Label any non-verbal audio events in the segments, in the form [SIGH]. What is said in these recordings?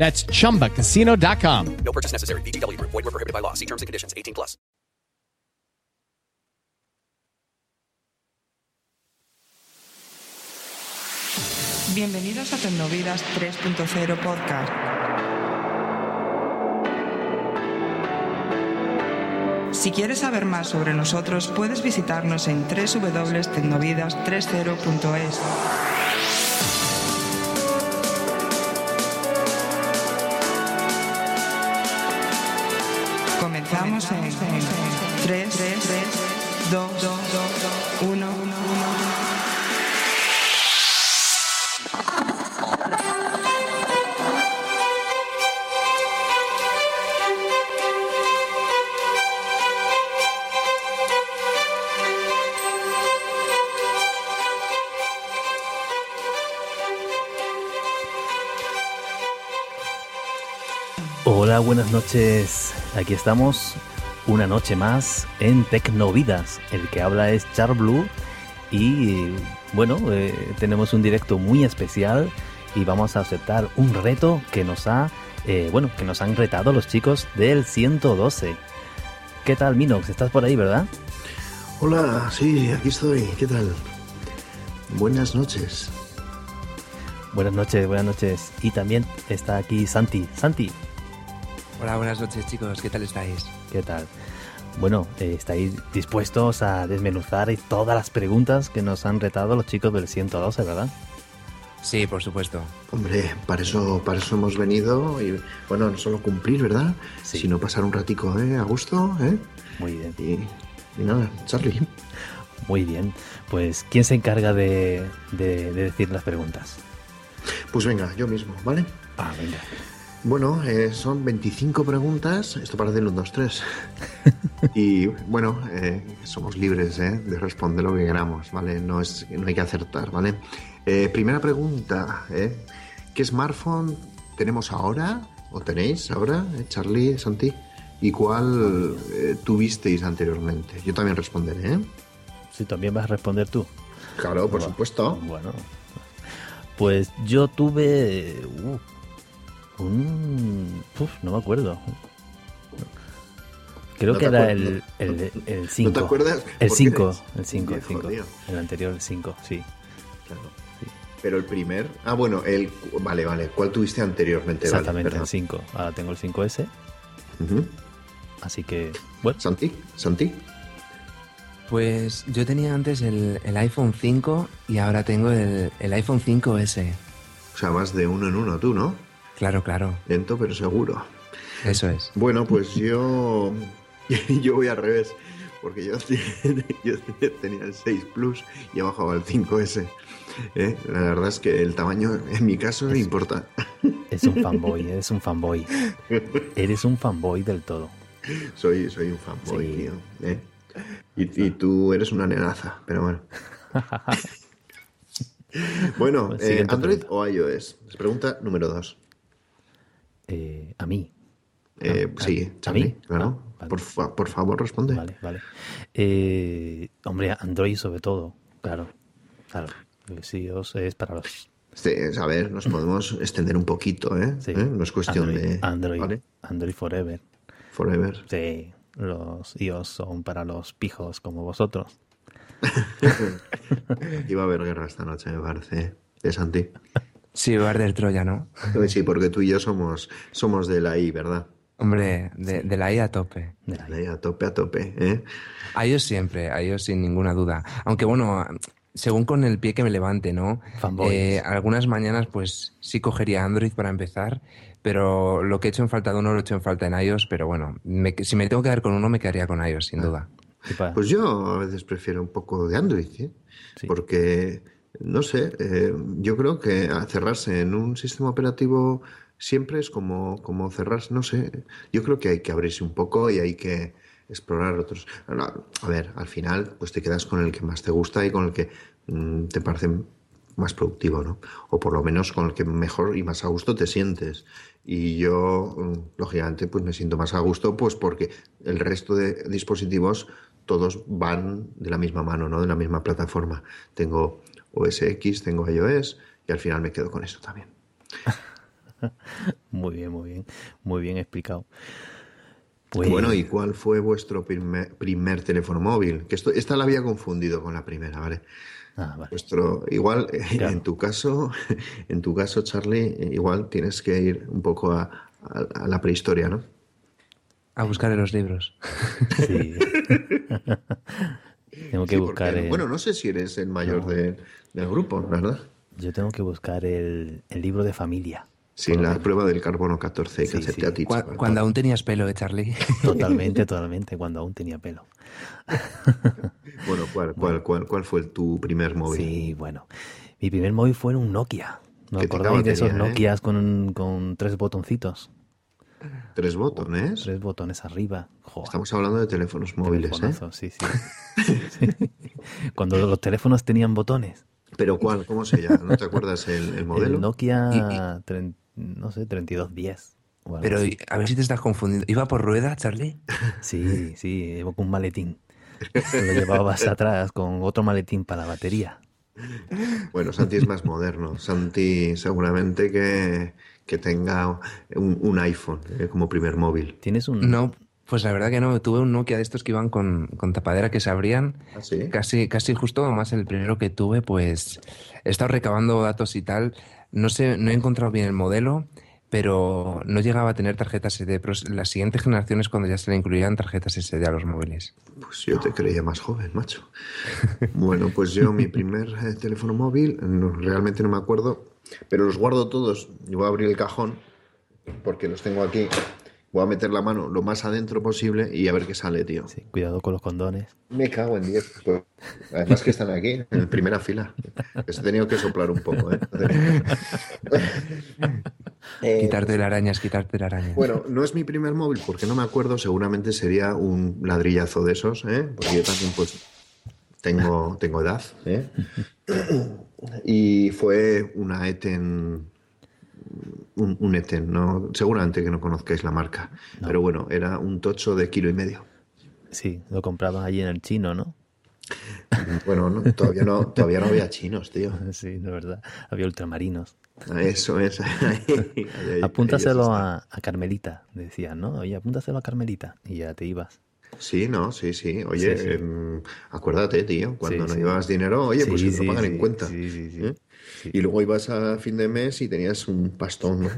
That's chumbacasino.com. No purchase necessary. VGW Group. Void were prohibited by law. See terms and conditions. 18 plus. Bienvenidos a Tecnovidas 3.0 Podcast. Si quieres saber más sobre nosotros, puedes visitarnos en www.tecnovidas30.es. Comenzamos en 3, 2, 1, 1. Hola, buenas noches. Aquí estamos una noche más en Tecnovidas. El que habla es Char Blue y eh, bueno, eh, tenemos un directo muy especial y vamos a aceptar un reto que nos ha eh, bueno, que nos han retado los chicos del 112. ¿Qué tal, Minox? ¿Estás por ahí, verdad? Hola, sí, aquí estoy. ¿Qué tal? Buenas noches. Buenas noches, buenas noches. Y también está aquí Santi. Santi, Hola, buenas noches chicos, ¿qué tal estáis? ¿Qué tal? Bueno, eh, ¿estáis dispuestos a desmenuzar todas las preguntas que nos han retado los chicos del 112, verdad? Sí, por supuesto. Hombre, para eso, para eso hemos venido y bueno, no solo cumplir, ¿verdad? Sí. Sino pasar un ratico, ¿eh? A gusto, ¿eh? Muy bien, Y, y nada, Charlie. muy bien. Pues, ¿quién se encarga de, de- de decir las preguntas? Pues venga, yo mismo, ¿vale? Ah, venga. Bueno, eh, son 25 preguntas. Esto parece el 1, 2, 3. Y bueno, eh, somos libres eh, de responder lo que queramos, ¿vale? No, es, no hay que acertar, ¿vale? Eh, primera pregunta, ¿eh? ¿Qué smartphone tenemos ahora o tenéis ahora, eh, Charlie, Santi? ¿Y cuál eh, tuvisteis anteriormente? Yo también responderé, ¿eh? Sí, también vas a responder tú. Claro, por Buah. supuesto. Bueno, pues yo tuve eh, uh, un... uf, no me acuerdo. Creo No que te era acuer- el, el, el 5. ¿No te acuerdas? El Porque 5, eres el 5, el viejo, 5. tío. El anterior, el 5, sí. Claro. Sí. Pero el primer. Ah, bueno, el. cu- Vale, vale. ¿Cuál tuviste anteriormente? Eh, Vale, Exactamente, perdón. el 5. Ahora tengo el 5S, Ujú. así que, bueno, Santi, Santi. Pues yo tenía antes el, el iPhone 5 y ahora tengo el, el iPhone 5S. O sea, vas de uno en uno tú, ¿no? Claro, claro, Lento pero seguro. eso es. Bueno, pues yo. [LAUGHS] Yo voy al revés. Porque yo, [LAUGHS] yo tenía el 6 Plus y he bajado al 5S. ¿eh? La verdad es que el tamaño, en mi caso, importa. [LAUGHS] es un fanboy, eres un fanboy. Eres un fanboy del todo. Soy, soy un fanboy, Sí. tío. ¿eh? Y, y tú eres una nenaza, [LAUGHS] pero bueno. Bueno, Pues, eh, siguiente ¿Android Pues pregunta. o iOS? Pregunta número 2. eh, a mí. Eh, Ah, sí, ¿a Charlie, mí? claro. Ah, vale. Por, fa- por favor, responde. Vale, vale. Eh, hombre, Android sobre todo, claro. Claro. Si iOS es para los Este, es, a ver, nos podemos extender un poquito, ¿eh? Sí. ¿Eh? No es cuestión Android, de. Android, ¿vale? Android Forever. Forever. Sí, los iOS son para los pijos como vosotros. Iba a haber guerra esta noche, me parece. ¿eh? Es anti. Sí, va a arder Troya, ¿no? Sí, porque tú y yo somos, somos de la I, ¿verdad? Hombre, de, de la I a tope. De la- La I a tope, a tope, ¿eh? A ellos siempre, a ellos sin ninguna duda. Aunque bueno, según con el pie que me levante, ¿no? Fanboys. Eh, algunas mañanas pues sí cogería Android para empezar, pero lo que he hecho en falta de uno lo he hecho en falta en iOS, pero bueno, me- si me tengo que quedar con uno me quedaría con iOS, sin duda. y pa- Pues yo a veces prefiero un poco de Android, ¿eh? Sí. porque, no sé, eh, yo creo que a- cerrarse en un sistema operativo siempre es como, como cerrarse, no sé, yo creo que hay que abrirse un poco y hay que explorar otros. Ahora, A ver, al final, pues te quedas con el que más te gusta y con el que mm, te parece más productivo, ¿no? O por lo menos con el que mejor y más a gusto te sientes. Y yo, mm, lógicamente, pues me siento más a gusto, pues porque el resto de dispositivos todos van de la misma mano, ¿no? De la misma plataforma. Tengo OS X, tengo iOS y al final me quedo con eso también. Muy bien, muy bien. Muy bien explicado. Pues, Bueno, ¿y cuál fue vuestro primer, primer teléfono móvil? Que esto, esta la había confundido con la primera, ¿vale? ah, vale. Vuestro, igual, eh, Claro. en tu caso, [LAUGHS] en tu caso, Charlie, eh, igual tienes que ir un poco a, a- a la prehistoria, ¿no? A buscar en los libros. Sí. [LAUGHS] tengo que Sí, porque, buscar. el- Bueno, no sé si eres el mayor de- del grupo, ¿verdad? Yo tengo que buscar el, el libro de [LAUGHS] familia. Sí, la prueba del carbono 14 que Sí, acepté sí. a ti. Cu- chaval. cuando aún tenías pelo, [LAUGHS] ¿eh, Charlie? Totalmente, totalmente, cuando aún tenía pelo. Bueno, ¿cuál, cuál, cuál, cuál fue el- tu primer móvil? Sí, bueno. Mi primer móvil fue un Nokia. ¿No Que tenga acordáis de esos batería, ¿eh? Nokias con, con tres botoncitos? Tres botones. Tres botones arriba. Joder, Estamos hablando de teléfonos móviles, ¿eh? telefonazo, sí, [LAUGHS] sí. Sí. Cuando los teléfonos tenían botones. Pero ¿cuál? ¿Cómo se llama? ¿No te acuerdas el, el modelo? El Nokia, tren- no sé, 3210. o algo Pero así. y- a ver si te estás confundiendo. ¿Iba por rueda, Charlie? Sí, sí, llevo con un maletín. Lo llevabas atrás con otro maletín para la batería. Bueno, Santi es más moderno. Santi seguramente que, que tenga un, un iPhone eh, como primer móvil. ¿Tienes un...? No, pues la verdad que no. Tuve un Nokia de estos que iban con, con tapadera que se abrían. ¿Ah, sí? Casi, casi justo, más el primero que tuve, pues he estado recabando datos y tal. No sé, no he encontrado bien el modelo, pero no llegaba a tener tarjetas SD. Pero las siguientes generaciones cuando ya se le incluían tarjetas SD a los móviles. Pues yo te creía más joven, macho. Bueno, pues yo mi primer eh, teléfono móvil, no, realmente no me acuerdo, pero los guardo todos. Yo voy a abrir el cajón porque los tengo aquí. Voy a meter la mano lo más adentro posible y a ver qué sale, tío. Sí, cuidado con los condones. Me cago en 10. pues. Además que están aquí, en primera fila. Les he tenido que soplar un poco, ¿eh? Eh, Quitarte la araña es quitarte la araña. Bueno, no es mi primer móvil porque no me acuerdo, seguramente sería un ladrillazo de esos, ¿eh? porque yo también pues tengo, tengo edad. ¿eh? Y fue una Eten, un, un Eten, ¿no? seguramente que no conozcáis la marca, pero bueno, era un tocho de kilo y medio. Sí, lo comprabas allí en el chino, ¿no? [LAUGHS] Bueno, no, todavía, no, todavía no había chinos, tío. Sí, de verdad. Había ultramarinos. Eh, Eso es. [LAUGHS] Ahí, ahí, ahí, Apúntaselo a, a Carmelita, decían, ¿no? Oye, apúntaselo a Carmelita. Y ya te ibas. Sí, no, sí, sí. Oye, Sí, sí. em, acuérdate, tío, cuando Sí, no sí. llevas dinero, oye, pues Sí, que te lo sí, pagan en sí, cuenta. sí, sí, sí. ¿eh? Sí. Y luego ibas a fin de mes y tenías un [LAUGHS] pastón, ¿no?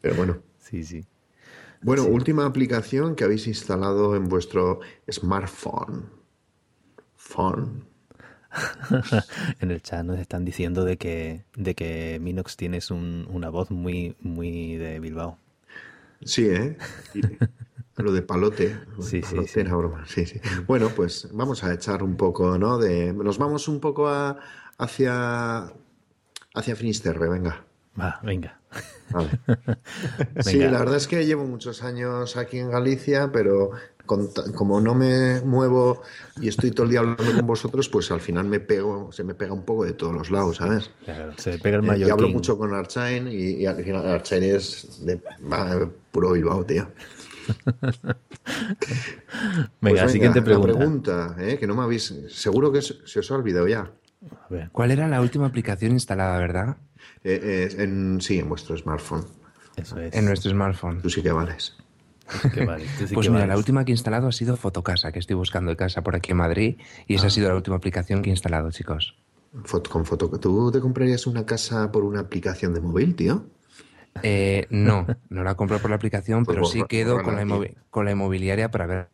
Pero bueno. Sí, sí. [LAUGHS] Bueno, última aplicación que habéis instalado en vuestro smartphone. Phone. en el chat nos están diciendo de que, de que Minox tienes un- una voz muy, muy de Bilbao. [LAUGHS] Sí, ¿eh? Y- Lo de palote. Lo de Sí, sí, palote sí. era broma. Sí, sí. Bueno, pues vamos a echar un poco, ¿no? De, nos vamos un poco a- hacia, hacia Finisterre, venga. Va, venga. [LAUGHS] Vale. Venga. Sí, la verdad es que llevo muchos años aquí en Galicia, pero con ta- como no me muevo y estoy todo el día hablando con vosotros, pues al final me pego, se me pega un poco de todos los lados, ¿sabes? Se pega el Eh, mayor. y hablo mucho con Archain y, y al final Archain es de va, puro Bilbao, tío. Venga, Pues siguiente la pregunta. pregunta, eh, que no me habéis. Seguro que se se os ha olvidado ya. A ver, ¿Cuál era la última aplicación instalada, verdad? Eh, eh, en, sí, en vuestro smartphone. eso es. En nuestro smartphone. Tú sí que vales. Qué vale, tú sí Pues que mira, vales. la última que he instalado ha sido Fotocasa, que estoy buscando de casa por aquí en Madrid, y esa ha sido la última aplicación que he instalado, chicos. Foto con foto. ¿Tú te comprarías una casa por una aplicación de móvil, tío? Eh, no, no la compro por la aplicación, Pues pero sí borra- quedo con bórrala, la, inmovi- tío. con la inmobiliaria para ver.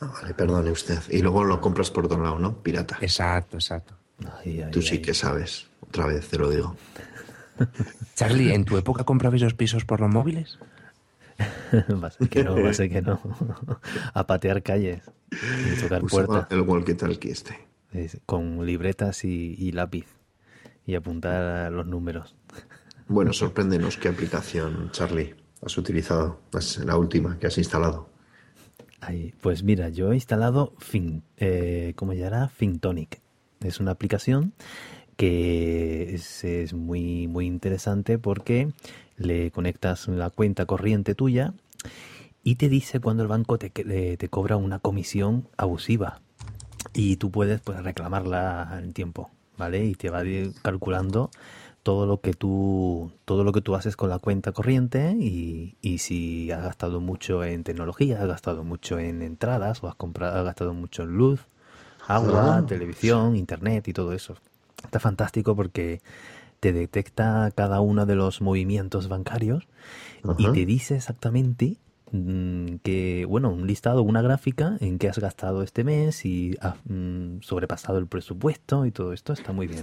Ah, vale, perdone usted. Y luego lo compras por otro lado, ¿no? Pirata. Exacto, exacto. Ay, ay, Tú ay. sí que sabes. Otra vez te lo digo. Charlie, ¿en tu época comprabais los pisos por los móviles? [LAUGHS] va a ser que no, va a ser que no. [LAUGHS] a patear calles y tocar Usaba puertas el walkie-talkie este. es- con libretas y, y lápiz y apuntar a los números. Bueno, sorpréndenos qué aplicación, Charlie, has utilizado. Es la última que has instalado. Ay, pues mira, yo he instalado Fin, eh, ¿cómo se llama? FinTonic. Es una aplicación que es, es muy, muy interesante porque le conectas la cuenta corriente tuya y te dice cuando el banco te, que- eh, te cobra una comisión abusiva y tú puedes pues, reclamarla en tiempo, ¿vale? Y te va a ir calculando todo lo que tú todo lo que tú haces con la cuenta corriente y, y si has gastado mucho en tecnología, has gastado mucho en entradas o has comprado, has gastado mucho en luz, agua, Ah. televisión, internet y todo eso. Está fantástico porque te detecta cada uno de los movimientos bancarios y Ajá. te dice exactamente mm, que, bueno, un listado, una gráfica en qué has gastado este mes y has mm, sobrepasado el presupuesto y todo esto está muy bien.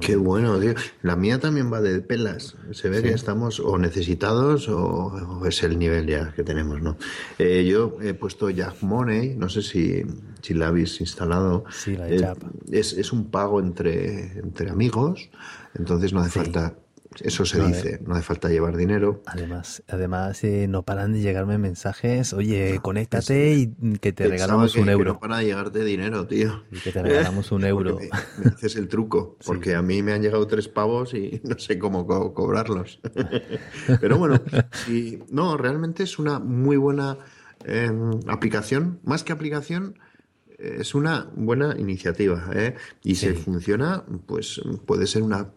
Qué bueno, tío. La mía también va de pelas. Se ve que estamos o necesitados o, o es el nivel ya que tenemos, ¿no? Eh, yo he puesto Jack Money, no sé si, si la habéis instalado. Sí, la de Eh, Chapa. es, es un pago entre, entre amigos, entonces no hace Sí. falta, eso se No, eh. dice, no hace falta llevar dinero. Además, además eh, no paran de llegarme mensajes, oye, conéctate y mm, que te Ah, pues Pensaba regalamos que- un que euro. no para de llegarte dinero, tío. Y que te regalamos [LAUGHS] un euro. Porque Me, me haces el truco, porque a mí me han llegado tres pavos y [LAUGHS] no sé cómo co- cobrarlos. [LAUGHS] Pero bueno, sí, no, realmente es una muy buena eh, aplicación, más que aplicación, eh, es una buena iniciativa. ¿eh? Y si funciona, pues puede ser una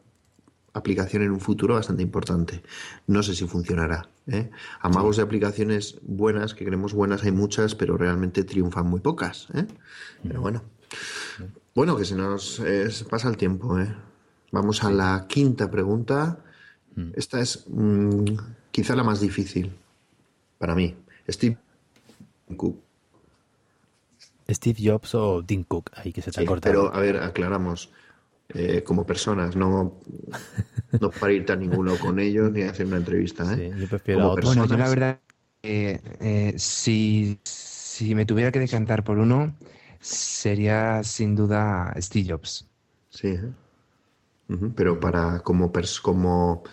aplicación en un futuro bastante importante. No sé si funcionará. ¿eh? Amagos de aplicaciones buenas, que creemos buenas, hay muchas, pero realmente triunfan muy pocas. ¿eh? Pero bueno. Bueno, que se nos eh, se pasa el tiempo. ¿eh? Vamos a la quinta pregunta. Esta es mm, quizá la más difícil para mí. Steve Cook. [LAUGHS] Steve Jobs o Tim Cook, ahí que se te ha Sí, cortado. pero a ver, aclaramos. eh, como personas, no, no para irte a ninguno con ellos ni hacer una entrevista. ¿eh? Sí, yo prefiero Como a otro. Bueno, yo la personas. verdad, eh, eh, si, si me tuviera que decantar por uno, sería sin duda Steve Jobs. Sí. ¿eh? Ujú, Pero para como pers- como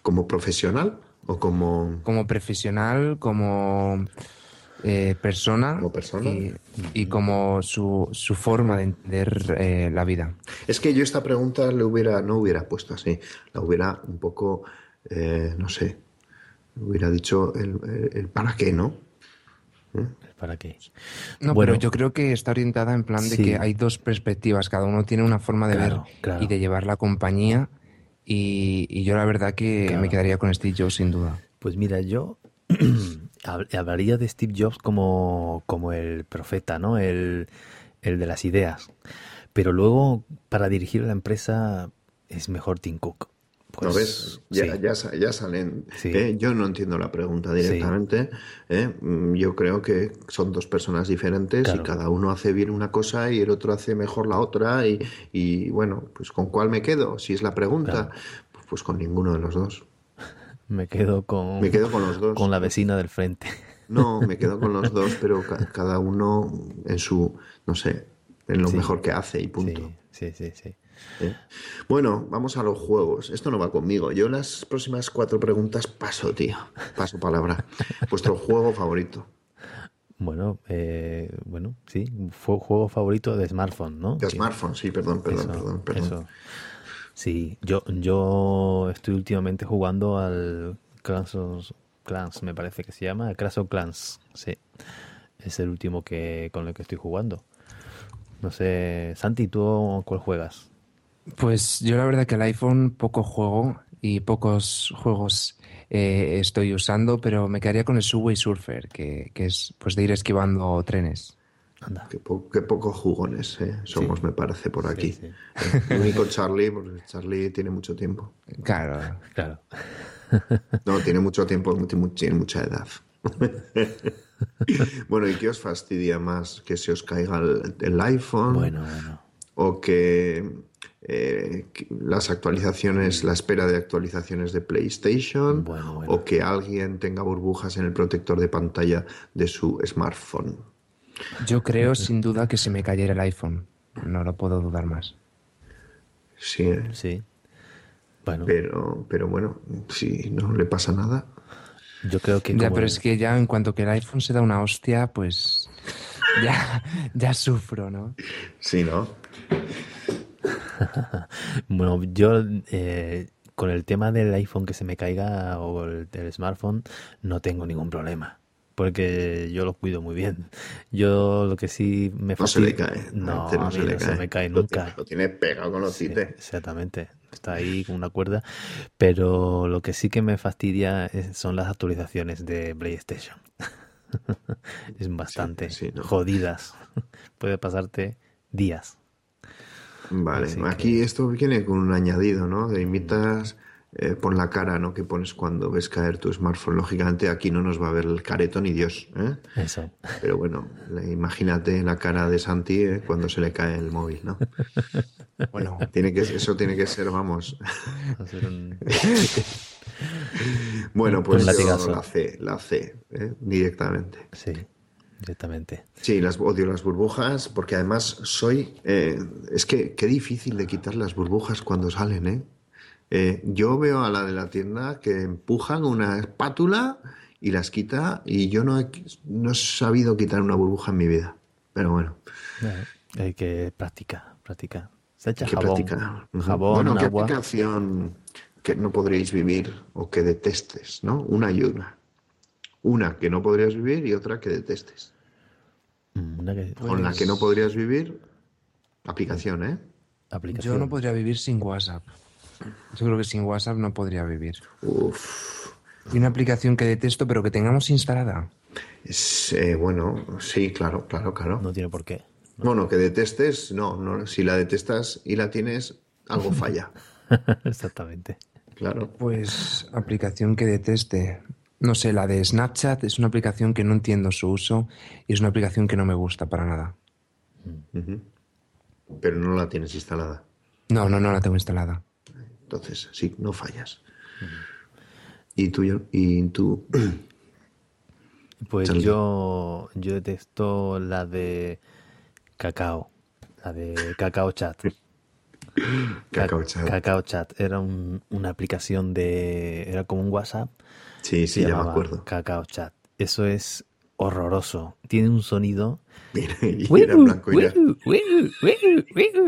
como profesional o como Como profesional, como eh, persona, Como persona. Y, y como su, su forma de entender eh, la vida. es que yo esta pregunta le hubiera no hubiera puesto así, la hubiera un poco eh, no sé, hubiera dicho el, el- el para qué, ¿no? ¿Para qué? No, Bueno. pero yo creo que está orientada en plan de Sí. que hay dos perspectivas, cada uno tiene una forma de Claro, ver claro. y de llevar la compañía. Y, y yo la verdad que Claro. me quedaría con Steve Jobs sin duda. Pues mira, yo [CLEARS THROAT] hab- hablaría de Steve Jobs como, como el profeta, ¿no? El, el de las ideas. Pero luego, para dirigir la empresa, es mejor Tim Cook. ¿Lo Pues, ves? Ya, sí. ya, sa- ya salen. Sí. ¿eh? Yo no entiendo la pregunta directamente. ¿eh? Mm, Yo creo que son dos personas diferentes Claro. y cada uno hace bien una cosa y el otro hace mejor la otra. Y, y, bueno, pues ¿con cuál me quedo? Si es la pregunta, pues, pues con ninguno de los dos. Me quedo con, Me quedo con los dos. con la vecina del frente. [LAUGHS] No, me quedo con los dos, pero ca- cada uno en su, no sé, en lo Sí. mejor que hace y punto. Sí, sí, sí, sí. ¿eh? Bueno, vamos a los juegos. Esto no va conmigo. Yo las [LAUGHS] próximas cuatro preguntas paso, tío. Paso palabra. Vuestro juego favorito. Bueno, eh, bueno, sí, fue juego favorito de smartphone, ¿no? De Que- smartphone, sí, perdón, perdón, perdón, perdón. eso. Sí, yo, yo estoy últimamente jugando al Clans of Clans, me parece que se llama, Clash of Clans, sí. Es el último que con el que estoy jugando. No sé, Santi, ¿tú cuál juegas? Pues yo la verdad que el iPhone poco juego y pocos juegos eh, estoy usando, pero me quedaría con el Subway Surfer, que, que es pues de ir esquivando trenes. Anda. Qué, po- qué pocos jugones eh, somos, me parece, por aquí. sí. El único Charlie, porque Charlie tiene mucho tiempo. Claro, Claro. No, tiene mucho tiempo, mu- tiene mucha edad. [LAUGHS] bueno, ¿y qué os fastidia más? ¿Que se os caiga el, el iPhone? Bueno, bueno. ¿O que, eh, que las actualizaciones, la espera de actualizaciones de PlayStation? Bueno, bueno. ¿O que alguien tenga burbujas en el protector de pantalla de su smartphone? yo creo sin duda que se me cayera el iPhone, no lo puedo dudar más. Sí, eh. Sí. Bueno, pero, pero bueno, si no le pasa nada. yo creo que... Ya, como pero es que ya en cuanto que el iPhone se da una hostia, pues ya, ya sufro, ¿no? Sí, ¿no? Bueno, yo eh, con el tema del iPhone que se me caiga o el, del smartphone no tengo ningún problema. Porque yo lo cuido muy bien. Yo lo que sí me No se le fastidia- cae. No, Este a mí no se me [LAUGHS] cae Lo nunca. tiene- Lo tiene pegado con los Sí, tites. exactamente. Está ahí con una cuerda. Pero lo que sí que me fastidia es- son las actualizaciones de PlayStation. [LAUGHS] es bastante sí, ¿no? jodidas. [LAUGHS] Puede pasarte días. Vale, Así aquí que- esto viene con un añadido, ¿no? De imitas eh, por la cara, ¿no? Que pones cuando ves caer tu smartphone. Lógicamente aquí no nos va a ver el careto ni Dios, ¿eh? Eso. Pero bueno, la- imagínate la cara de Santi ¿eh? cuando se le cae el móvil, ¿no? Bueno, Tiene que, eso tiene que ser, vamos. Hacer un- [LAUGHS] Bueno, pues Un yo latigazo. la C, la C, ¿eh? directamente. Sí, directamente. Sí, las, odio las burbujas porque además soy... eh, es que qué difícil de quitar las burbujas cuando salen, ¿eh? Eh, Yo veo a la de la tienda que empujan una espátula y las quita y yo no he, no he sabido quitar una burbuja en mi vida. Pero bueno, Hay Eh, que practicar, practicar. Se echa qué jabón. práctica. Ujú. Jabón, bueno, qué agua. aplicación que no podréis vivir o que detestes, ¿no? Una y una. Una que no podrías vivir y otra que detestes. Mm, Una que- Con la que no podrías vivir, aplicación, ¿eh? aplicación. yo no podría vivir sin WhatsApp. Yo creo que sin WhatsApp no podría vivir. Uf. Y una aplicación que detesto, pero que tengamos instalada. Es, eh, bueno, sí, claro, claro, claro. No tiene por qué. [LAUGHS] Bueno, que detestes, no, no, si la detestas y la tienes, [LAUGHS] algo falla. Exactamente. Claro. Pues aplicación que deteste. No sé, la de Snapchat es una aplicación que no entiendo su uso y es una aplicación que no me gusta para nada. Ujú. Pero no la tienes instalada. No, no, no la tengo instalada. Entonces, sí, no fallas. Y tú, Jon- y [CLEARS THROAT] tú, Pues Charlie. yo, yo detesto la de cacao. La de cacao chat. [LAUGHS] Cacao Ca- Chat. Cacao chat. Era un- una aplicación de... Era como un WhatsApp. Sí, Se sí, ya me llamaba acuerdo. Cacao chat. Eso es horroroso. Tiene un sonido... Mira, y era en blanco y negro.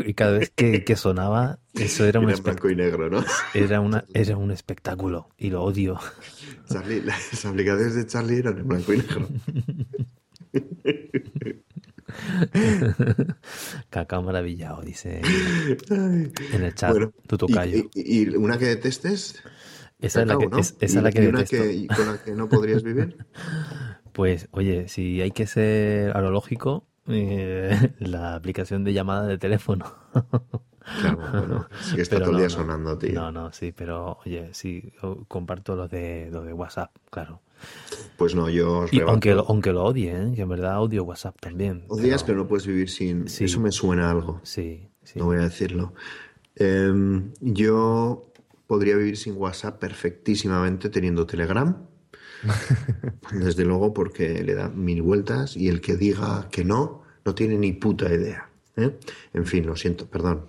Y cada vez que, que sonaba, eso era un [LAUGHS] Era en blanco y negro, ¿no? [LAUGHS] espect- era, una, era un espectáculo y lo odio. [LAUGHS] Charlie, las aplicaciones de Charlie eran en blanco y negro. [LAUGHS] Cacao maravillado, dice Ay. en el chat. Bueno, tu y- tocayo. y, y una que detestes, esa es la que, cacao, ¿no? es- esa es la Y- que y una detesto. que- y con la que no podrías vivir. [LAUGHS] Pues, oye, si hay que ser a lo lógico, eh, [LAUGHS] la aplicación de llamada de teléfono. Claro, [LAUGHS] bueno, es [LAUGHS] que está Pero todo no, el día no. sonando, tío. No, no, sí, pero oye, sí, o- comparto los de, los de WhatsApp, claro. Pues no, yo os Y rebato. aunque, lo, aunque lo odie, ¿eh? que en verdad odio WhatsApp también. Odias, pero no puedes vivir sin. Sí. Eso me suena a algo. Sí, sí. No voy a decirlo. Em, yo podría vivir sin WhatsApp perfectísimamente teniendo [LAUGHS] Telegram. Desde luego, porque le da mil vueltas y el que diga que no, no tiene ni puta idea. ¿eh? En fin, lo siento, perdón.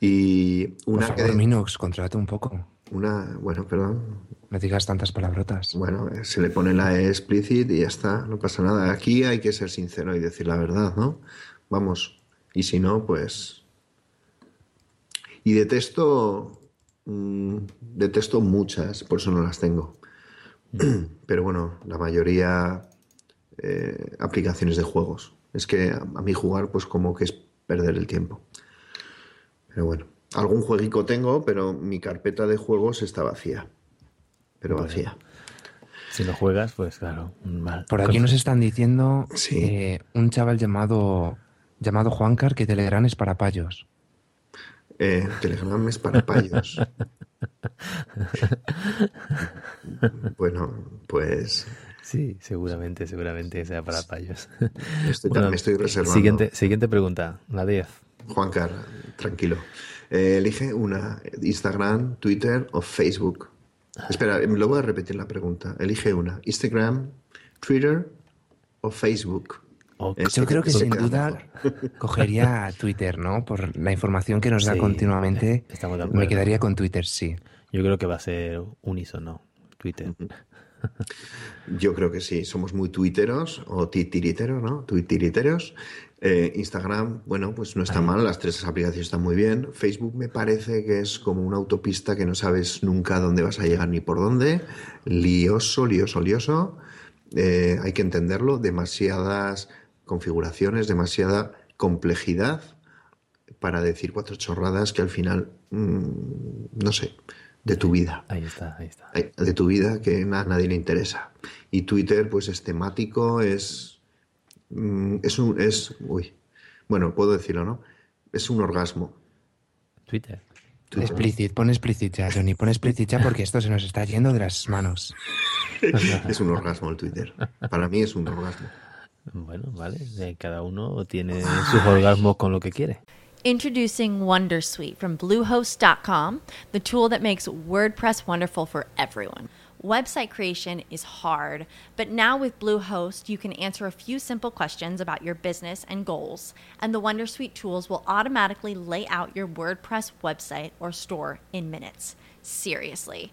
Y Por una que. favor, Minox, contrata un poco. Una, bueno, perdón. No digas tantas palabrotas. Bueno, eh, se le pone la E explícit y ya está, no pasa nada. Aquí hay que ser sincero y decir la verdad, ¿no? Vamos, y si no, pues... Y detesto, mm, detesto muchas, por eso no las tengo. [CLEARS THROAT] Pero bueno, la mayoría eh, aplicaciones de juegos. Es que a a mí jugar, pues como que es perder el tiempo. Pero bueno, algún jueguico tengo, pero mi carpeta de juegos está vacía. Pero vacía. Si no juegas, pues claro, mal. Por aquí nos están diciendo Sí. eh, un chaval llamado, llamado Juancar que Telegram es para payos. Eh, Telegram es para payos. bueno, pues Sí, seguramente, seguramente sea para payos. estoy- Bueno, eh, me estoy reservando. Siguiente, siguiente pregunta, la 10. Juan Carlos, tranquilo. Eh, elige una, Instagram, Twitter o Facebook. Espera, eh, lo voy a repetir la pregunta. Elige una, Instagram, Twitter o Facebook. O- Eh, Yo se- creo que se sin queda duda mejor. [LAUGHS] cogería a Twitter, ¿no? Por la información que nos da Sí, continuamente. estamos de Me acuerdo. quedaría con Twitter, sí. Yo creo que va a ser unísono, Twitter. Yo creo que sí, somos muy tuiteros o titiriteros, ¿no? Tuitiriteros. Eh, Instagram, bueno, pues no está mal, las tres aplicaciones están muy bien. Facebook me parece que es como una autopista que no sabes nunca dónde vas a llegar ni por dónde. Lioso, lioso, lioso. Eh, hay que entenderlo, demasiadas configuraciones, demasiada complejidad para decir cuatro chorradas que al final, mm, no sé, de tu vida Ahí está, ahí está. de tu vida que na- a nadie le interesa. Y Twitter, pues es temático, es. mm, Es un. Es, uy. Bueno, puedo decirlo, ¿no? Es un orgasmo. Twitter. Twitter. Explicit, pon explicit ya, Johnny, pon explicit ya porque esto se nos está yendo de las manos. Es un orgasmo el Twitter. Para mí es un orgasmo. Bueno, vale. eh, Cada uno tiene sus orgasmos con lo que quiere. Introducing Wondersuite from Bluehost.com, the tool that makes WordPress wonderful for everyone. Website creation is hard, but now with Bluehost, you can answer a few simple questions about your business and goals, and the Wondersuite tools will automatically lay out your WordPress website or store in minutes. Seriously.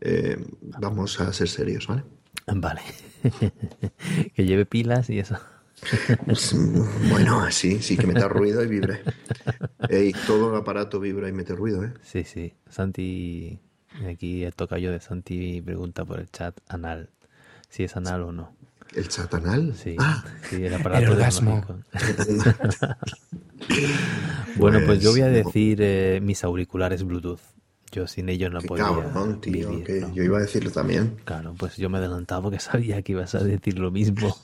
eh, vamos a ser serios, ¿vale? Vale. [LAUGHS] que lleve pilas y eso. Pues, mm, bueno, sí, sí que meta ruido y vibre. Ey, todo el aparato vibra y mete ruido, ¿eh? Sí, sí. Santi, aquí el tocayo de Santi pregunta por el chat anal. Si es anal o no. El chatanal. Sí, Ah, sí, el aparato el orgasmo. tecnológico. [LAUGHS] bueno, pues yo voy a Pues, decir eh, mis auriculares Bluetooth. Yo sin ellos no Qué podía cabrón, tío, vivir, que ¿no? Yo iba a decirlo también. Claro, pues yo me adelantaba porque sabía que [LAUGHS] ibas a decir lo [LAUGHS] mismo.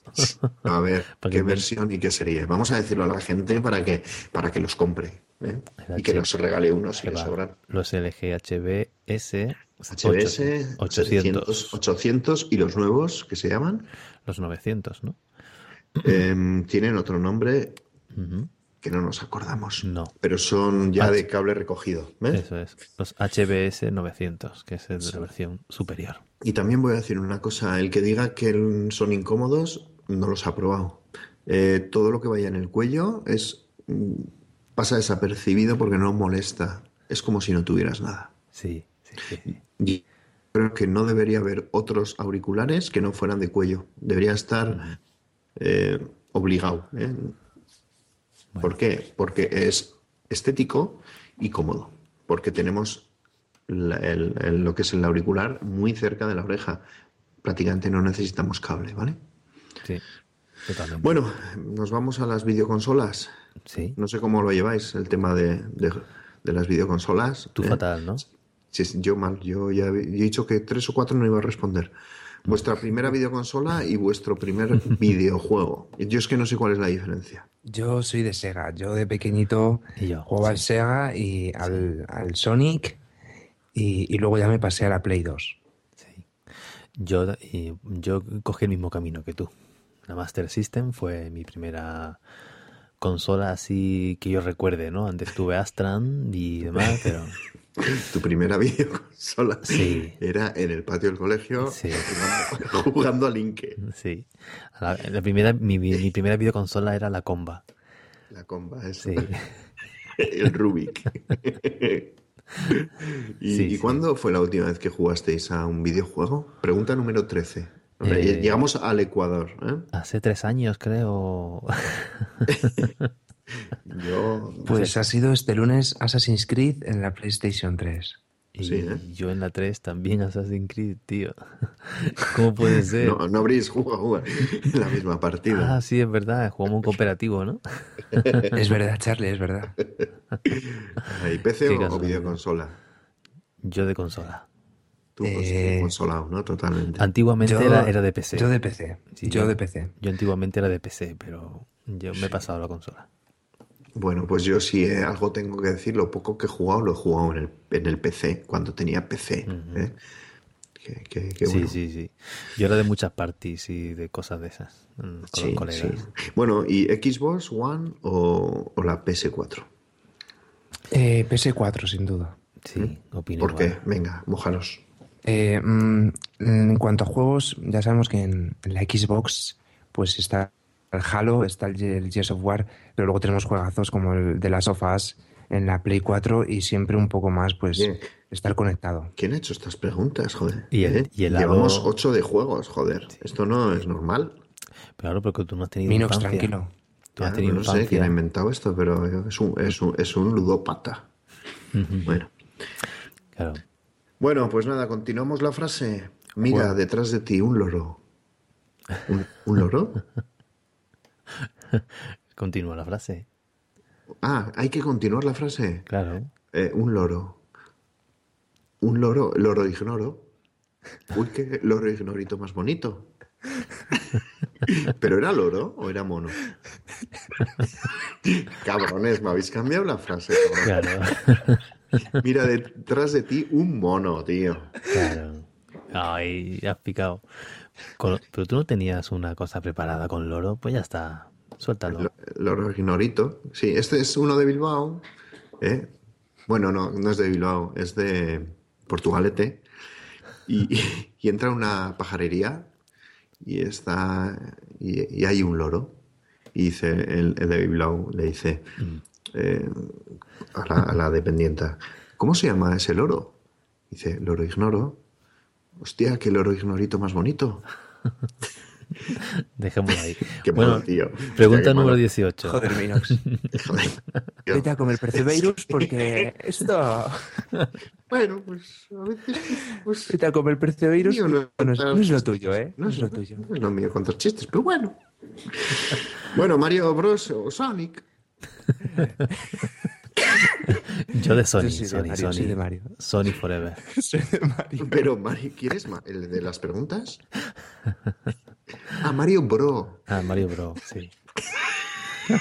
A ver, Para que qué me- versión y qué serie. Vamos a decirlo a la gente para que, para que los compre. ¿eh? El Y que H- nos regale uno si Ahí le va. sobran. Los LG HBS HBS, 800, 800. 800 y los nuevos que se llaman los 900, ¿no? em, tienen otro nombre Ujú, que no nos acordamos. No. Pero son ya H- de cable recogido. ¿ves? Eso es, los HBS 900, que es el de la versión superior. Y también voy a decir una cosa, el que diga que el- son incómodos, no los ha probado. Eh, todo lo que vaya en el cuello es mm, pasa desapercibido porque no molesta. Es como si no tuvieras nada. Sí, sí, sí, [LAUGHS] sí. Y creo que no debería haber otros auriculares que no fueran de cuello. Debería estar eh, obligado. ¿eh? ¿Por qué? Porque es estético y cómodo. Porque tenemos la- el- el- lo que es el auricular muy cerca de la oreja. Prácticamente no necesitamos cable, ¿vale? sí. Totalmente. Bueno, nos vamos a las videoconsolas. sí. No sé cómo lo lleváis el tema de, de- de las videoconsolas. Tú ¿eh? fatal, ¿no? Sí, sí, yo mal, yo ya he he dicho que tres o cuatro no iba a responder. Vuestra primera videoconsola y [LAUGHS] vuestro primer videojuego. Yo es que no sé cuál es la diferencia. Yo soy de Sega. Yo de pequeñito Y yo, jugaba al Sega y al, al Sonic y, y luego ya me pasé a la Play 2. Yo, y yo cogí el mismo camino que tú. La Master System fue mi primera consola así que yo recuerde, ¿no? Antes tuve Astran y [LAUGHS] demás, pero Tu primera [LAUGHS] videoconsola Sí. era en el patio del colegio Sí. jugando- jugando a Link. sí. La, la primera, mi, mi- mi primera videoconsola era la Comba. La comba es Sí. [LAUGHS] el Rubik. ¿Y, Sí, y sí. cuándo fue la última vez que jugasteis a un videojuego? Pregunta número 13. Eh, Llegamos al Ecuador. ¿eh? Hace tres años, creo. [LAUGHS] Yo, Pues ha sido este lunes Assassin's Creed en la PlayStation 3. Y Sí, ¿eh? yo en la 3 también Assassin's Creed, tío. [LAUGHS] ¿Cómo puede ser? No, no habréis jugado [LAUGHS] en la misma partida. ah, sí, es verdad. Jugamos un cooperativo, [LAUGHS] ¿no? Es verdad, Charlie, [LAUGHS] es verdad. ¿Y PC Ah, Qué o- o, casualidad. videoconsola? Yo de consola. Tú Eh, pues, consolado, ¿no? Totalmente. Antiguamente Yo- Este era, era de PC. Yo de PC. Sí, yo de PC. Yo antiguamente era de PC, pero yo me he pasado a la consola. Bueno, pues yo sí eh, algo tengo que decir. Lo poco que he jugado lo he jugado en el, en el PC, cuando tenía PC. ¿eh? Que- que- que Sí, bueno. sí, sí. Yo era de muchas parties y de cosas de esas. mm, Con Sí, los colegas. sí. Bueno, ¿y Xbox One o, o la PS4? Eh, PS4, sin duda. Sí, opino ¿Mm? ¿Por qué? igual. Venga, mojaros. Eh, mm, en cuanto a juegos, ya sabemos que en la Xbox pues está el Halo, está el, Ge- el Gears of War, pero luego tenemos juegazos como el de las of Us en la Play 4 y siempre un poco más pues Bien. estar conectado. ¿Quién ha hecho estas preguntas, joder? Y el- ¿Eh? y el Llevamos Halo- ocho de juegos, joder. Esto no es normal. Pero claro, porque tú no has tenido Minox, infancia. tranquilo. Tú has Ya, tenido no sé quién ha infancia. inventado esto, pero es un, es un, es un ludópata. Bueno. Claro. Bueno, pues nada, continuamos la frase. Mira detrás de ti un loro. ¿Un, un loro? Continúa la frase. Ah, hay que continuar la frase. Claro. Eh, un loro. Un loro, loro ignoro. Uy, qué loro ignorito más bonito. ¿Pero era loro o era mono? Cabrones, me habéis cambiado la frase. cabrón. [LAUGHS] Claro. Mira detrás de ti un mono, tío. claro. Ay, has picado. Con- Pero tú no tenías una cosa preparada con loro. Pues ya está. Suéltalo. Lo- Loro ignorito. Sí, este es uno de Bilbao. ¿eh? Bueno, no, no es de Bilbao, es de Portugalete. Y, y entra a una pajarería y está y, y hay un loro. Y dice el, el de Bilbao, le dice eh, a, la, a la dependienta, ¿cómo se llama ese loro? Dice, loro ignoro. Hostia, qué loro ignorito más bonito. Dejémoslo ahí. [LAUGHS] Qué bueno, malo, tío. Hostia, pregunta qué malo. número 18. Joder, Minox. Joder, tío. Vete a comer Perseverus porque esto. Bueno, pues a veces pues, Vete a comer Perseverus. Mío, no- No es, no es lo tuyo, ¿eh? No es lo tuyo. no es lo mío contar chistes, pero bueno. Bueno, Mario Bros o Sonic. Yo de Sony, Yo soy Sony, de Mario, Sony. soy de Mario. Sony Forever. Soy de Mario. Pero Mario, ¿quieres ma- el de las preguntas? Ah, Mario Bro. Ah, Mario Bro, sí. [LAUGHS]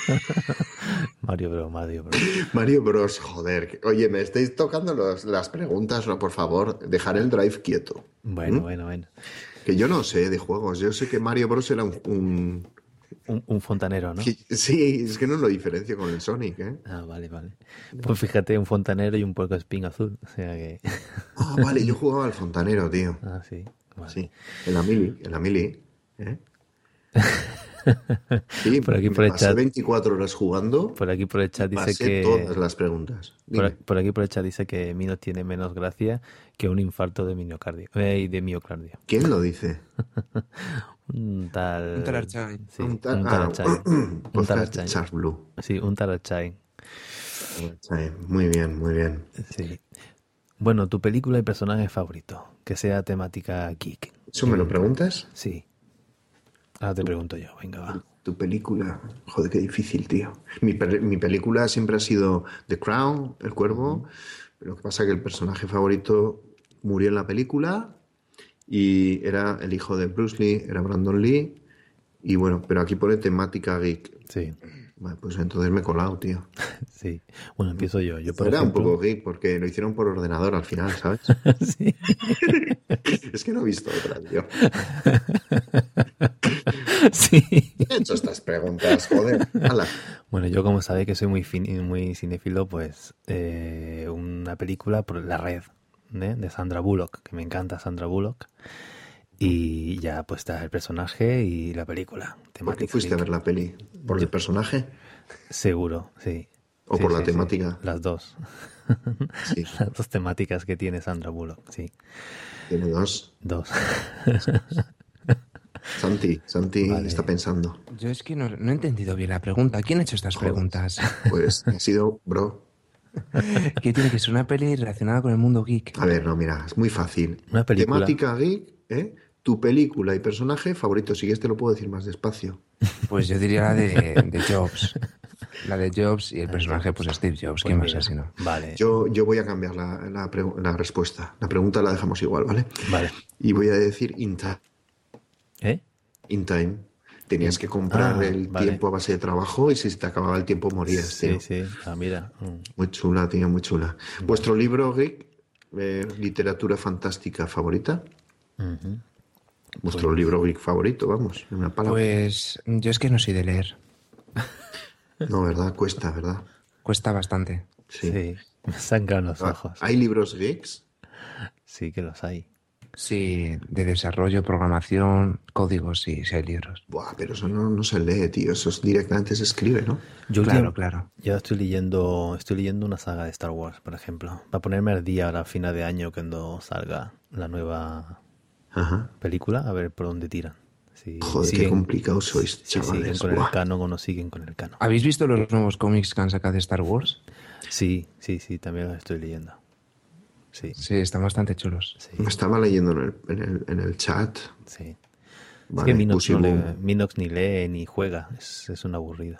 Mario Bro, Mario Bro. Mario Bros, joder. que- Oye, me estáis tocando los- las preguntas, no, por favor, dejar el drive quieto. ¿Mm? Bueno, bueno, bueno. Que yo no sé de juegos, yo sé que Mario Bros era un... un- Un, un fontanero, ¿no? que- sí, es que no lo diferencio con el Sonic, ¿eh? Ah, vale, vale. Pues fíjate, un fontanero y un puerco espín azul. O sea que. [LAUGHS] Ah, vale, yo jugaba al fontanero, tío. Ah, sí. Vale. Sí, en la mili, en la mili. [LAUGHS] ¿eh? Sí, Por aquí, me por el pasé chat. 24 horas jugando, Por aquí por el chat dice pasé que. todas las preguntas. Dime. Por, por aquí por el chat dice que Mino tiene menos gracia que un infarto de miocardio. eh, de miocardio. ¿Quién lo dice? [LAUGHS] Un tal. Un tal Archain. Sí, Un un, tal- ah, [COUGHS] [CLEARS THROAT] tarachai. un Podcast de tarachai. Charles Blue. Sí, un tarachai. Sí, Muy bien, muy bien. Sí. Bueno, tu película y personaje favorito, que sea temática geek. ¿Eso me lo preguntas? Sí. Ahora te pregunto yo, venga, va. Tu película. Joder, qué difícil, tío. Mi, pe- mi película siempre ha sido The Crown, El Cuervo. pero Lo que pasa es que el personaje favorito murió en la película y era el hijo de Bruce Lee, era Brandon Lee. Y bueno, pero aquí pone temática geek. Sí, [LAUGHS] Vale, pues entonces me he colado, tío. sí. Bueno, empiezo yo. Yo, por Era un ejemplo- poco geek porque lo hicieron por ordenador al [LAUGHS] final, ¿sabes? Sí. es que no he visto otra, tío. sí. He hecho estas preguntas, joder. Hala. Bueno, yo como sabéis que soy muy, fin- muy cinéfilo, pues eh, una película por La Red ¿eh? de Sandra Bullock, que me encanta Sandra Bullock. Y ya pues está el personaje y la película. ¿Por qué temática fuiste a geek. ver la peli? ¿Por el personaje? Seguro, sí. ¿O Sí, por la sí, sí. temática? Las dos. Sí, Las [LAUGHS] dos temáticas que tiene Sandra Bullock, sí. tiene dos. Dos. Santi, Santi Vale. está pensando. Yo es que no, no he entendido bien la pregunta. ¿Quién ha hecho estas Joder. preguntas? [LAUGHS] Pues ha sido, bro. que tiene que ser una peli relacionada con el mundo geek. A ver, no, mira, es muy fácil. Una película. Temática geek, ¿eh? Tu película y personaje favorito. Si quieres te lo puedo decir más despacio. Pues yo diría la de, de Jobs. La de Jobs y el personaje, pues Steve Jobs. ¿Quién [LAUGHS] más mira, así, no? Vale, Yo, yo voy a cambiar la, la pregu- la respuesta. La pregunta la dejamos igual, ¿vale? vale. Y voy a decir in, ti- ¿Eh? in time. Tenías que comprar Ah, el vale. tiempo a base de trabajo y si se te acababa el tiempo morías, Sí, tío. sí. Ah, mira. Mm. Muy chula, tío, muy chula. ¿Vuestro libro geek, eh, literatura fantástica favorita? Ujú. Pues Vuestro libro geek favorito, vamos, en una palabra. Pues yo es que no soy de leer. No, ¿verdad? Cuesta, ¿verdad? Cuesta bastante. Pues Sí. Sí. Me sangran los Ah, ojos. ¿Hay libros geeks? Sí que los hay. Sí, de desarrollo, programación, códigos, sí, sí hay libros. Buah, pero eso no, no se lee, tío. Eso es- directamente se escribe, ¿no? Yo claro, últim- claro. Yo estoy leyendo, estoy leyendo una saga de Star Wars, por ejemplo. Para ponerme al día ahora a final de año cuando salga la nueva Ajá. película, a ver por dónde tiran. Si Joder, qué siguen- complicado sois, si siguen chavales. con el Buah. canon o no siguen con el canon. ¿Habéis visto los nuevos cómics que han sacado de Star Wars? Sí, sí, sí, también los estoy leyendo. Sí, Sí, están bastante chulos. sí, Me estaba leyendo en el, en el, en el chat. sí. Vale, es que Minox, no Pussy le- Boom. Minox ni lee ni juega, es, es un aburrido.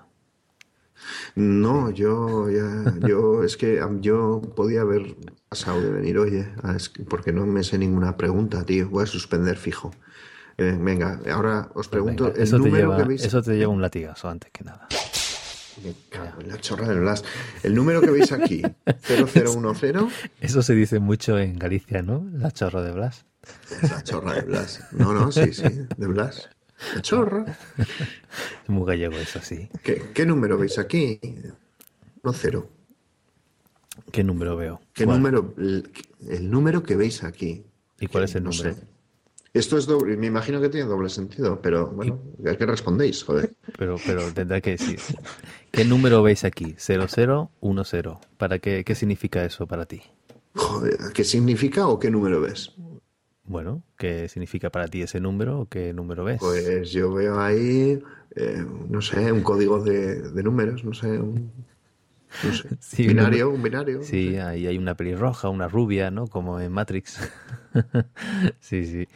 No, yo ya, [LAUGHS] yo es que am, yo podía haber pasado de venir, oye, a- es que- porque no me sé ninguna pregunta, tío. Voy a suspender fijo. Eh, venga, ahora os pregunto Pues Venga, el eso, te número lleva, que veis. eso te lleva un latigazo antes que nada. Me cago en la chorra de Blas. El número que veis aquí, 0010, Eso se dice mucho en Galicia, ¿no? La chorro de Blas. es la chorra de Blas. No, no, sí, sí, de Blas. La chorra. Es muy gallego eso, sí. ¿Qué, qué número veis aquí? No cero. ¿Qué número veo? ¿Qué ¿Cuál? número? El, el número que veis aquí. ¿Y cuál es el No número? sé. Esto es doble, me imagino que tiene doble sentido, pero bueno, ¿a qué respondéis? Joder. Pero, pero tendrá que decir. ¿Qué número veis aquí? 0010. ¿Para qué, qué significa eso para ti? Joder, ¿qué significa o qué número ves? Bueno, ¿qué significa para ti ese número o qué número ves? Pues yo veo ahí, eh, no sé, un código de, de números, no sé, un no sé, [LAUGHS] Sí, un binario, un binario. Sí, ahí hay una pelirroja, una rubia, ¿no? Como en Matrix. [LAUGHS] sí, sí.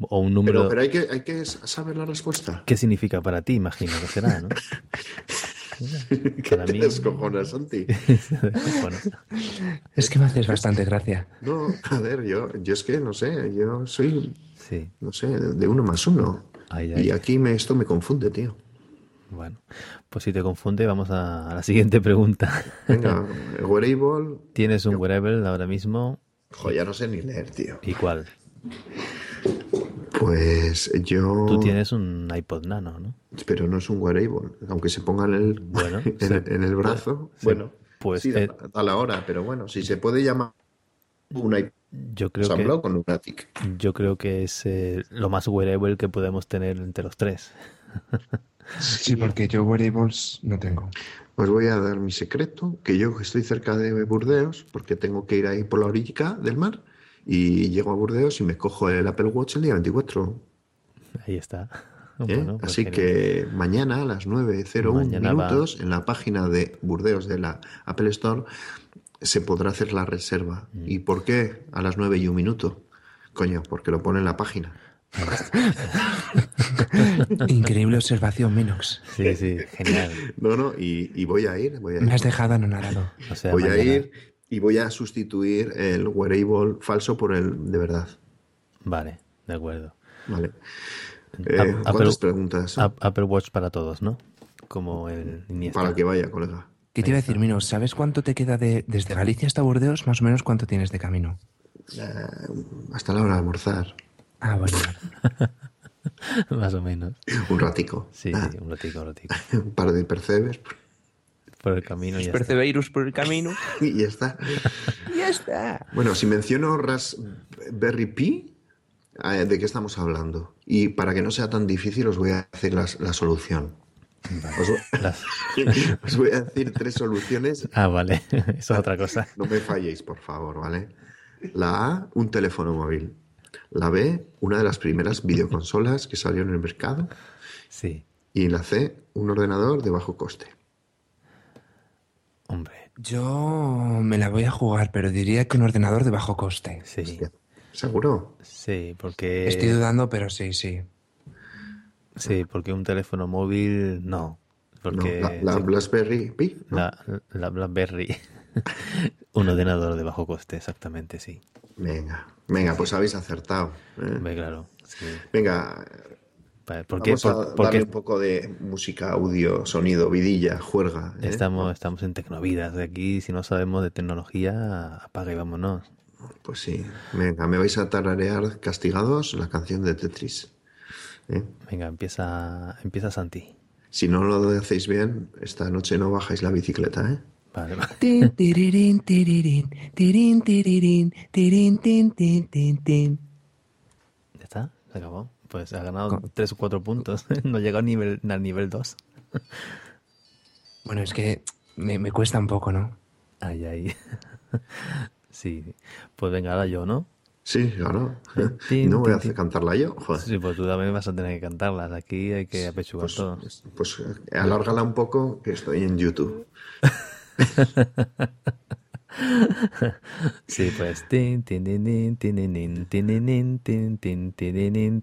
O un Pero, número. pero hay, que, hay que saber la respuesta. ¿Qué significa para ti? Imagino que será, [LAUGHS] ¿no? ¿Qué [LAUGHS] para te mí- [LAUGHS] descojonas, Santi? bueno, Es que me haces bastante gracia. No, a ver, yo, yo es que no sé, yo soy, sí. no sé, de uno más uno. Ay, Y ay. aquí me, esto me confunde, tío. Bueno, pues si te confunde, vamos a, a la siguiente pregunta. [LAUGHS] Venga, el wearable, Tienes un wearable ahora mismo. jo, ya no sé ni leer, tío. ¿Y cuál? Pues yo... Tú tienes un iPod Nano, ¿no? Pero no es un wearable, aunque se ponga en el, Bueno, [LAUGHS] en, se- en el brazo. se- bueno, pues, sí, da- eh, da la hora, pero bueno, si se puede llamar un iPhone Yo creo que, con un Matic. yo creo que es eh, lo más wearable que podemos tener entre los tres. Sí, porque yo wearables no tengo. Os Pues voy a dar mi secreto, que yo estoy cerca de Burdeos, porque tengo que ir ahí por la orilla del mar, y llego a Burdeos y me cojo el Apple Watch el día 24. Ahí está. ¿eh? Bueno, pues Así genial. que mañana a las 9.01 Mañana va- minutos, en la página de Burdeos de la Apple Store, se podrá hacer Mm. la reserva. ¿Y por qué a las 9 y un minuto? Coño, porque lo pone en la página. [LAUGHS] Increíble observación, Minox. Sí, sí, genial. No, no, y, y voy a ir, voy a ir. Me has dejado anonadado. O sea, voy mañana- a ir y voy a sustituir el wearable falso por el de verdad. Vale, de acuerdo. Vale. Ah, A- Eh, Apple- ¿Cuántas preguntas? A- Apple Watch para todos, ¿no? Como el Iniesta. [LAUGHS] Para que vaya, colega. ¿Qué te iba a decir, Minox? ¿Sabes cuánto te queda de, desde Galicia hasta Burdeos? Más o menos cuánto tienes de camino. Hasta la hora de almorzar. Ah, vale. vale. Más o menos. Un ratico. Sí, Ah, sí, un ratico, un ratico. un par de percebes [LAUGHS] Por el camino ya está. Perseverus por el camino. y ya está. ya está. Bueno, si menciono Raspberry Pi, eh, ¿de qué estamos hablando? Y para que no sea tan difícil, os voy a decir las- la, solución. Os, [LAUGHS] Las- voy- os voy a decir tres soluciones. Ah, vale. [LAUGHS] Eso es otra [LAUGHS] cosa. No me falléis, por favor, ¿vale? La A, un teléfono móvil. La B, una de las primeras videoconsolas que salieron en el mercado. Sí, Y la C, un ordenador de bajo coste. hombre. Yo me la voy a jugar, pero diría que un ordenador de bajo coste. Sí, ¿Seguro? sí, porque. Este Estoy dudando, pero sí, sí. Sí, porque un teléfono móvil no. No, Porque la, la Raspberry Pi. ¿no? la- la BlackBerry. [LAUGHS] un ordenador de bajo coste, exactamente, sí. Venga, venga, pues habéis acertado. ¿eh? Hombre, claro. sí. Venga, Pa- Porque, vamos a por- porque darle un poco de música, audio, sonido, vidilla, juerga. ¿eh? estamos, estamos en tecnovidas. de Aquí, si no sabemos de tecnología, apaga y vámonos. Pues sí, venga, me vais a tararear castigados la canción de Tetris. ¿eh? Venga, empieza, empieza Santi. Si no lo hacéis bien, esta noche no bajáis la bicicleta, ¿eh? Vale, [LAUGHS] vale. [LAUGHS] Tin, tirirín, tirirín, tirín, tirirín, tirín, tin, tin, tin, tin. ¿Ya está? ¿Se acabó? Pues ha ganado 3 o 4 puntos. no ha llegado al nivel, al nivel 2. Bueno, es que me, me cuesta un poco, ¿no? Ay, ay. sí. Pues venga, ahora yo, ¿no? Sí, claro. [LAUGHS] Tin, No voy a tin, tin. hacer cantarla yo. joder. Sí, pues tú también vas a tener que cantarlas. Aquí hay que apechugar Pues, todo. pues, eh, alárgala un poco, que estoy en YouTube. Sí, pues. Tin, tin, tin, tin, tin, tin, tin, tin, tin, tin, tin,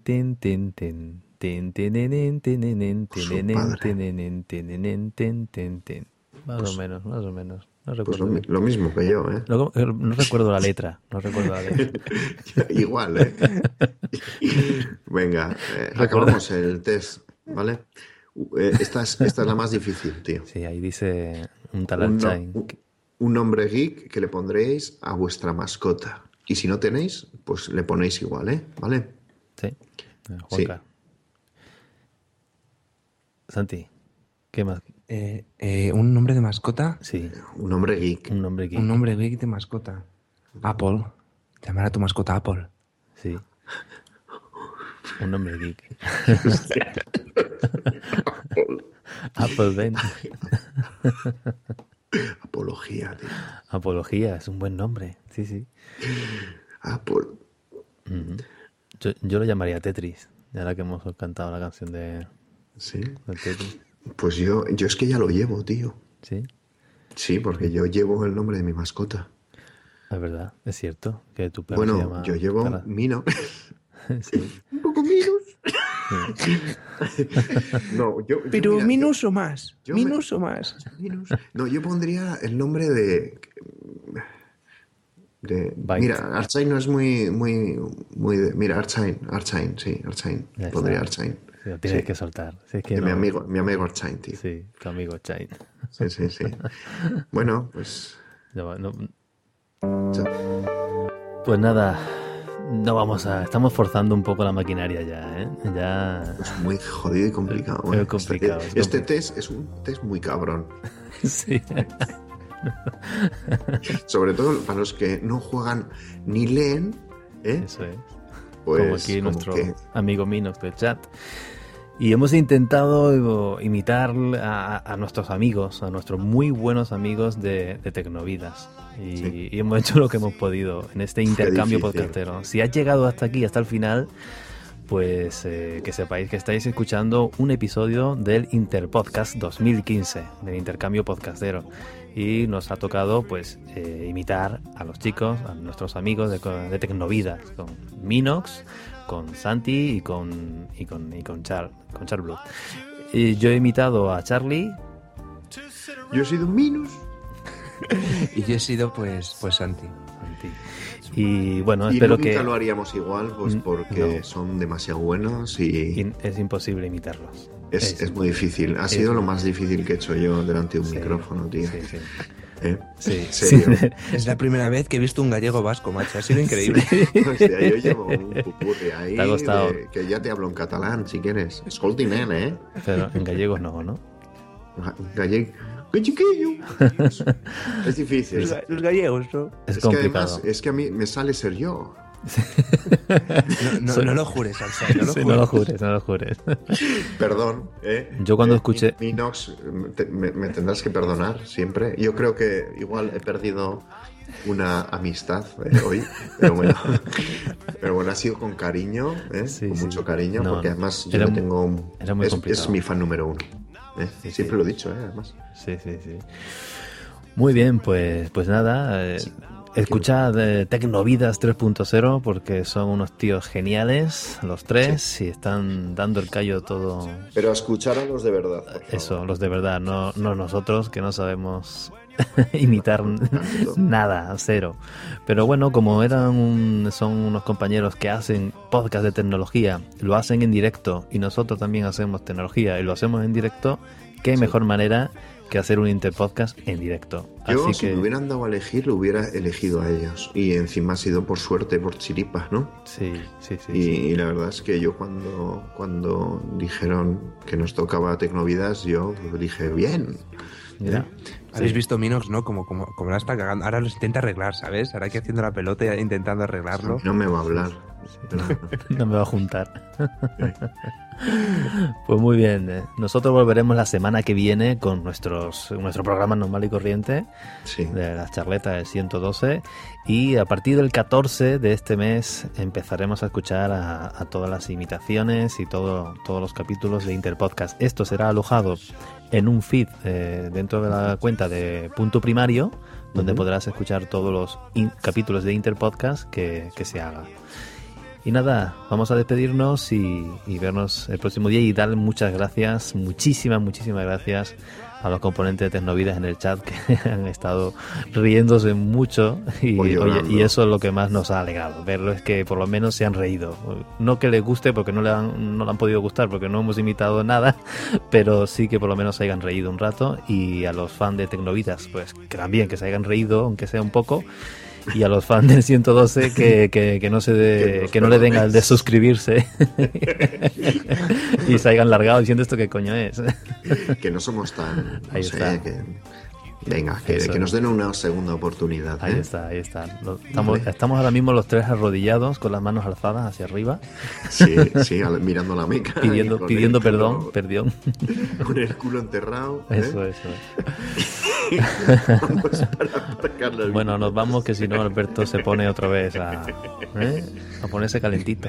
tin, tin, tin, tin, tin. Tin, tin, tin, tin, tin, tin, Su tin, padre. tin, tin, tin, tin, tin, tin, tin. Más o menos, más o menos. No Pues lo, recuerdo. mi- bien. lo mismo que yo, ¿eh? No, no recuerdo la letra. No recuerdo la letra. [LAUGHS] Igual, ¿eh? Venga, eh, acabamos el test, ¿vale? Uh, eh, Esta es, esta es la más difícil, tío. Sí, ahí dice un tal Un, no- Archain. un- un nombre geek que le pondréis a vuestra mascota. Y si no tenéis, pues le ponéis igual, ¿eh? ¿Vale? Sí, eh, Juanca. Santi, ¿qué más? Eh, eh, ¿Un nombre de mascota? Sí, Un nombre geek. un nombre aquí. Un nombre geek de mascota. Apple. Llamar a tu mascota Apple. Sí. Un nombre [LAUGHS] geek. Apple Ben. Apología, tío. Apología, es un buen nombre. Sí, sí. Apol- Yo, yo lo llamaría Tetris. Ahora que hemos cantado la canción de, Sí. de Tetris. Pues yo, yo es que ya lo llevo, tío. Sí, Sí, porque yo llevo el nombre de mi mascota. es verdad, es cierto. Que tu perro se Bueno, llama yo llevo Tara. mi nombre. [LAUGHS] Sí. Un poco menos. [LAUGHS] no, yo, yo, Pero mira, menos o más. yo me- menos o más. yo- minus. No, yo pondría el nombre de. de- Byte. mira, Archain no es muy. muy, muy de- mira, Archain, Archain, sí, Archain. Ya está. Pondría Archain. Sí, lo tienes Sí. que soltar. Si es que De mi no- amigo, mi amigo Archain, tío. Sí, Sí, tu amigo Chain. sí, sí. bueno, pues. Ya va, no- ya. pues nada, no vamos a. Estamos forzando un poco la maquinaria ya, ¿eh? [LAUGHS] Ya. Es muy jodido y complicado. Es ¿eh? Este- complicado, es Este, test es un test muy cabrón. Sí. Sobre todo para los que no juegan ni leen. ¿eh? Eso es. Pues, como aquí como nuestro que- amigo Minox del chat. Y hemos intentado imitar a, a nuestros amigos, a nuestros muy buenos amigos de, de Tecnovidas. Y, Sí. y hemos hecho lo que hemos podido en este intercambio difícil. podcastero. Si has llegado hasta aquí, hasta el final, pues eh, que sepáis que estáis escuchando un episodio del Interpodcast 2015, del intercambio podcastero. Y nos ha tocado pues eh, imitar a los chicos, a nuestros amigos de, co- de Tecnovidas, con Minox, con Santi y con, y con, y con, Char, con Char Blue. Y yo he imitado a Charlie. Yo he sido un Minus. [LAUGHS] y yo he sido pues, pues Santi. Santi. Y bueno, Y Ah, espero nunca que... lo haríamos igual, pues Mm, porque no. son demasiado buenos y in- es imposible imitarlos. es, es muy difícil. Ha es- sido lo más difícil que he hecho yo delante de un Sí, micrófono, tío. sí, sí. ¿Eh? Sí. Serio. [LAUGHS] [LAUGHS] Es la primera vez que he visto un gallego vasco, macho. Ha sido [LAUGHS] increíble. O sea, yo llevo un pupurri ahí Te ha costado. de- que ya te hablo en catalán si quieres. Escolti, nene, ¿eh? Pero en gallegos no, ¿no? Gallego. ¡Qué chiquillo! [LAUGHS] Es difícil. Los, Es, ga- los gallegos, ¿no? Es, que complicado. además, es que a mí me sale ser yo. No, no- Soy- no lo jures, Alsa, no lo Sí, jures. no lo jures, no lo jures. [LAUGHS] Perdón, ¿eh? Yo cuando Eh, escuché- Mi, Minox, te- me, me tendrás que perdonar siempre. Yo creo que igual he perdido una amistad eh, hoy, [LAUGHS] pero bueno. Pero bueno, ha sido con cariño, ¿eh? Sí, con sí. mucho cariño, No, porque no. además yo Era le mu- tengo... un- era muy es, complicado. es mi fan número uno. ¿eh? Sí, Siempre sí. lo he dicho, ¿eh? además. Sí, sí, sí. Muy bien, pues, pues nada. eh, Escuchad eh, Tecnovidas 3.0 porque son unos tíos geniales, los tres, y están dando el callo todo Pero a escuchar a los de verdad. por favor. eso, los de verdad, no, no nosotros que no sabemos [LAUGHS] imitar Tanto. nada, cero. Pero bueno, como eran un- son unos compañeros que hacen podcast de tecnología, lo hacen en directo y nosotros también hacemos tecnología y lo hacemos en directo, qué mejor manera que hacer un interpodcast en directo. Yo, Así si que me hubieran dado a elegir, lo hubiera elegido a ellos. Y encima ha sido por suerte, por chiripas, ¿no? sí, sí, sí. Y, y la verdad es que yo cuando, cuando dijeron que nos tocaba Tecnovidas, yo dije, bien. Mira, Habéis visto Minox, ¿no? Como, como, como la está cagando. Ahora los intenta arreglar, ¿sabes? Ahora que haciendo la pelota e intentando arreglarlo. No me va a hablar. no me va a juntar. [LAUGHS] Pues muy bien, eh, nosotros volveremos la semana que viene con nuestros nuestro programa normal y corriente. [LAUGHS] Sí. de las charletas del 112 y a partir del 14 de este mes empezaremos a escuchar a, a todas las imitaciones y todo, todos los capítulos de Interpodcast. Esto será alojado en un feed eh, dentro de la cuenta de punto primario donde podrás escuchar todos los in- capítulos de Interpodcast que, que se haga. Y nada, vamos a despedirnos y, y vernos el próximo día y darle muchas gracias, muchísimas, muchísimas gracias a los componentes de Tecnovidas en el chat que [LAUGHS] han estado riéndose mucho y, Voy oye, llorando. y eso es lo que más nos ha alegrado, verlo es que por lo menos se han reído. No que les guste porque no le han, no le han podido gustar porque no hemos imitado nada, [LAUGHS] pero sí que por lo menos se hayan reído un rato y a los fans de Tecnovidas pues que también que se hayan reído aunque sea un poco y a los fans del [LAUGHS] 112 que, que, que no se Que de, nos que no le den al de perdonéis. [LAUGHS] suscribirse y se hayan largado diciendo esto que coño es Que no somos tan... no Ahí sé, está. que- venga, que, Eso. que nos den una segunda oportunidad. ahí ¿eh? está ahí está Lo- estamos, Vale. estamos ahora mismo los tres arrodillados con las manos alzadas hacia arriba Sí, sí, al- mirando la meca. [LAUGHS] y pidiendo con pidiendo el perdón culo- [LAUGHS] perdón Con el culo enterrado. ¿eh? eso eso es. [LAUGHS] Vamos para aparcar la bueno bici. nos vamos que si no Alberto se pone otra vez a, ¿eh? a ponerse calentito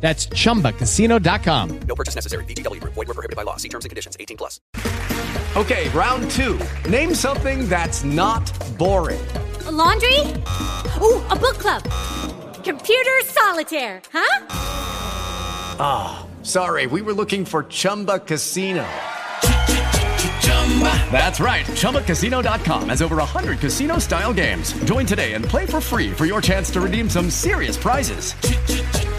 That's chumbacasino.com. No purchase necessary. VGW Group. Void were prohibited by law. See terms and conditions. 18 plus. Okay, round two. Name something that's not boring. A laundry? Ooh, a book club. Computer solitaire, huh? Sorry, we were looking for Chumba Casino. That's right. ChumbaCasino.com has over 100 casino-style games. Join today and play for free for your chance to redeem some serious prizes.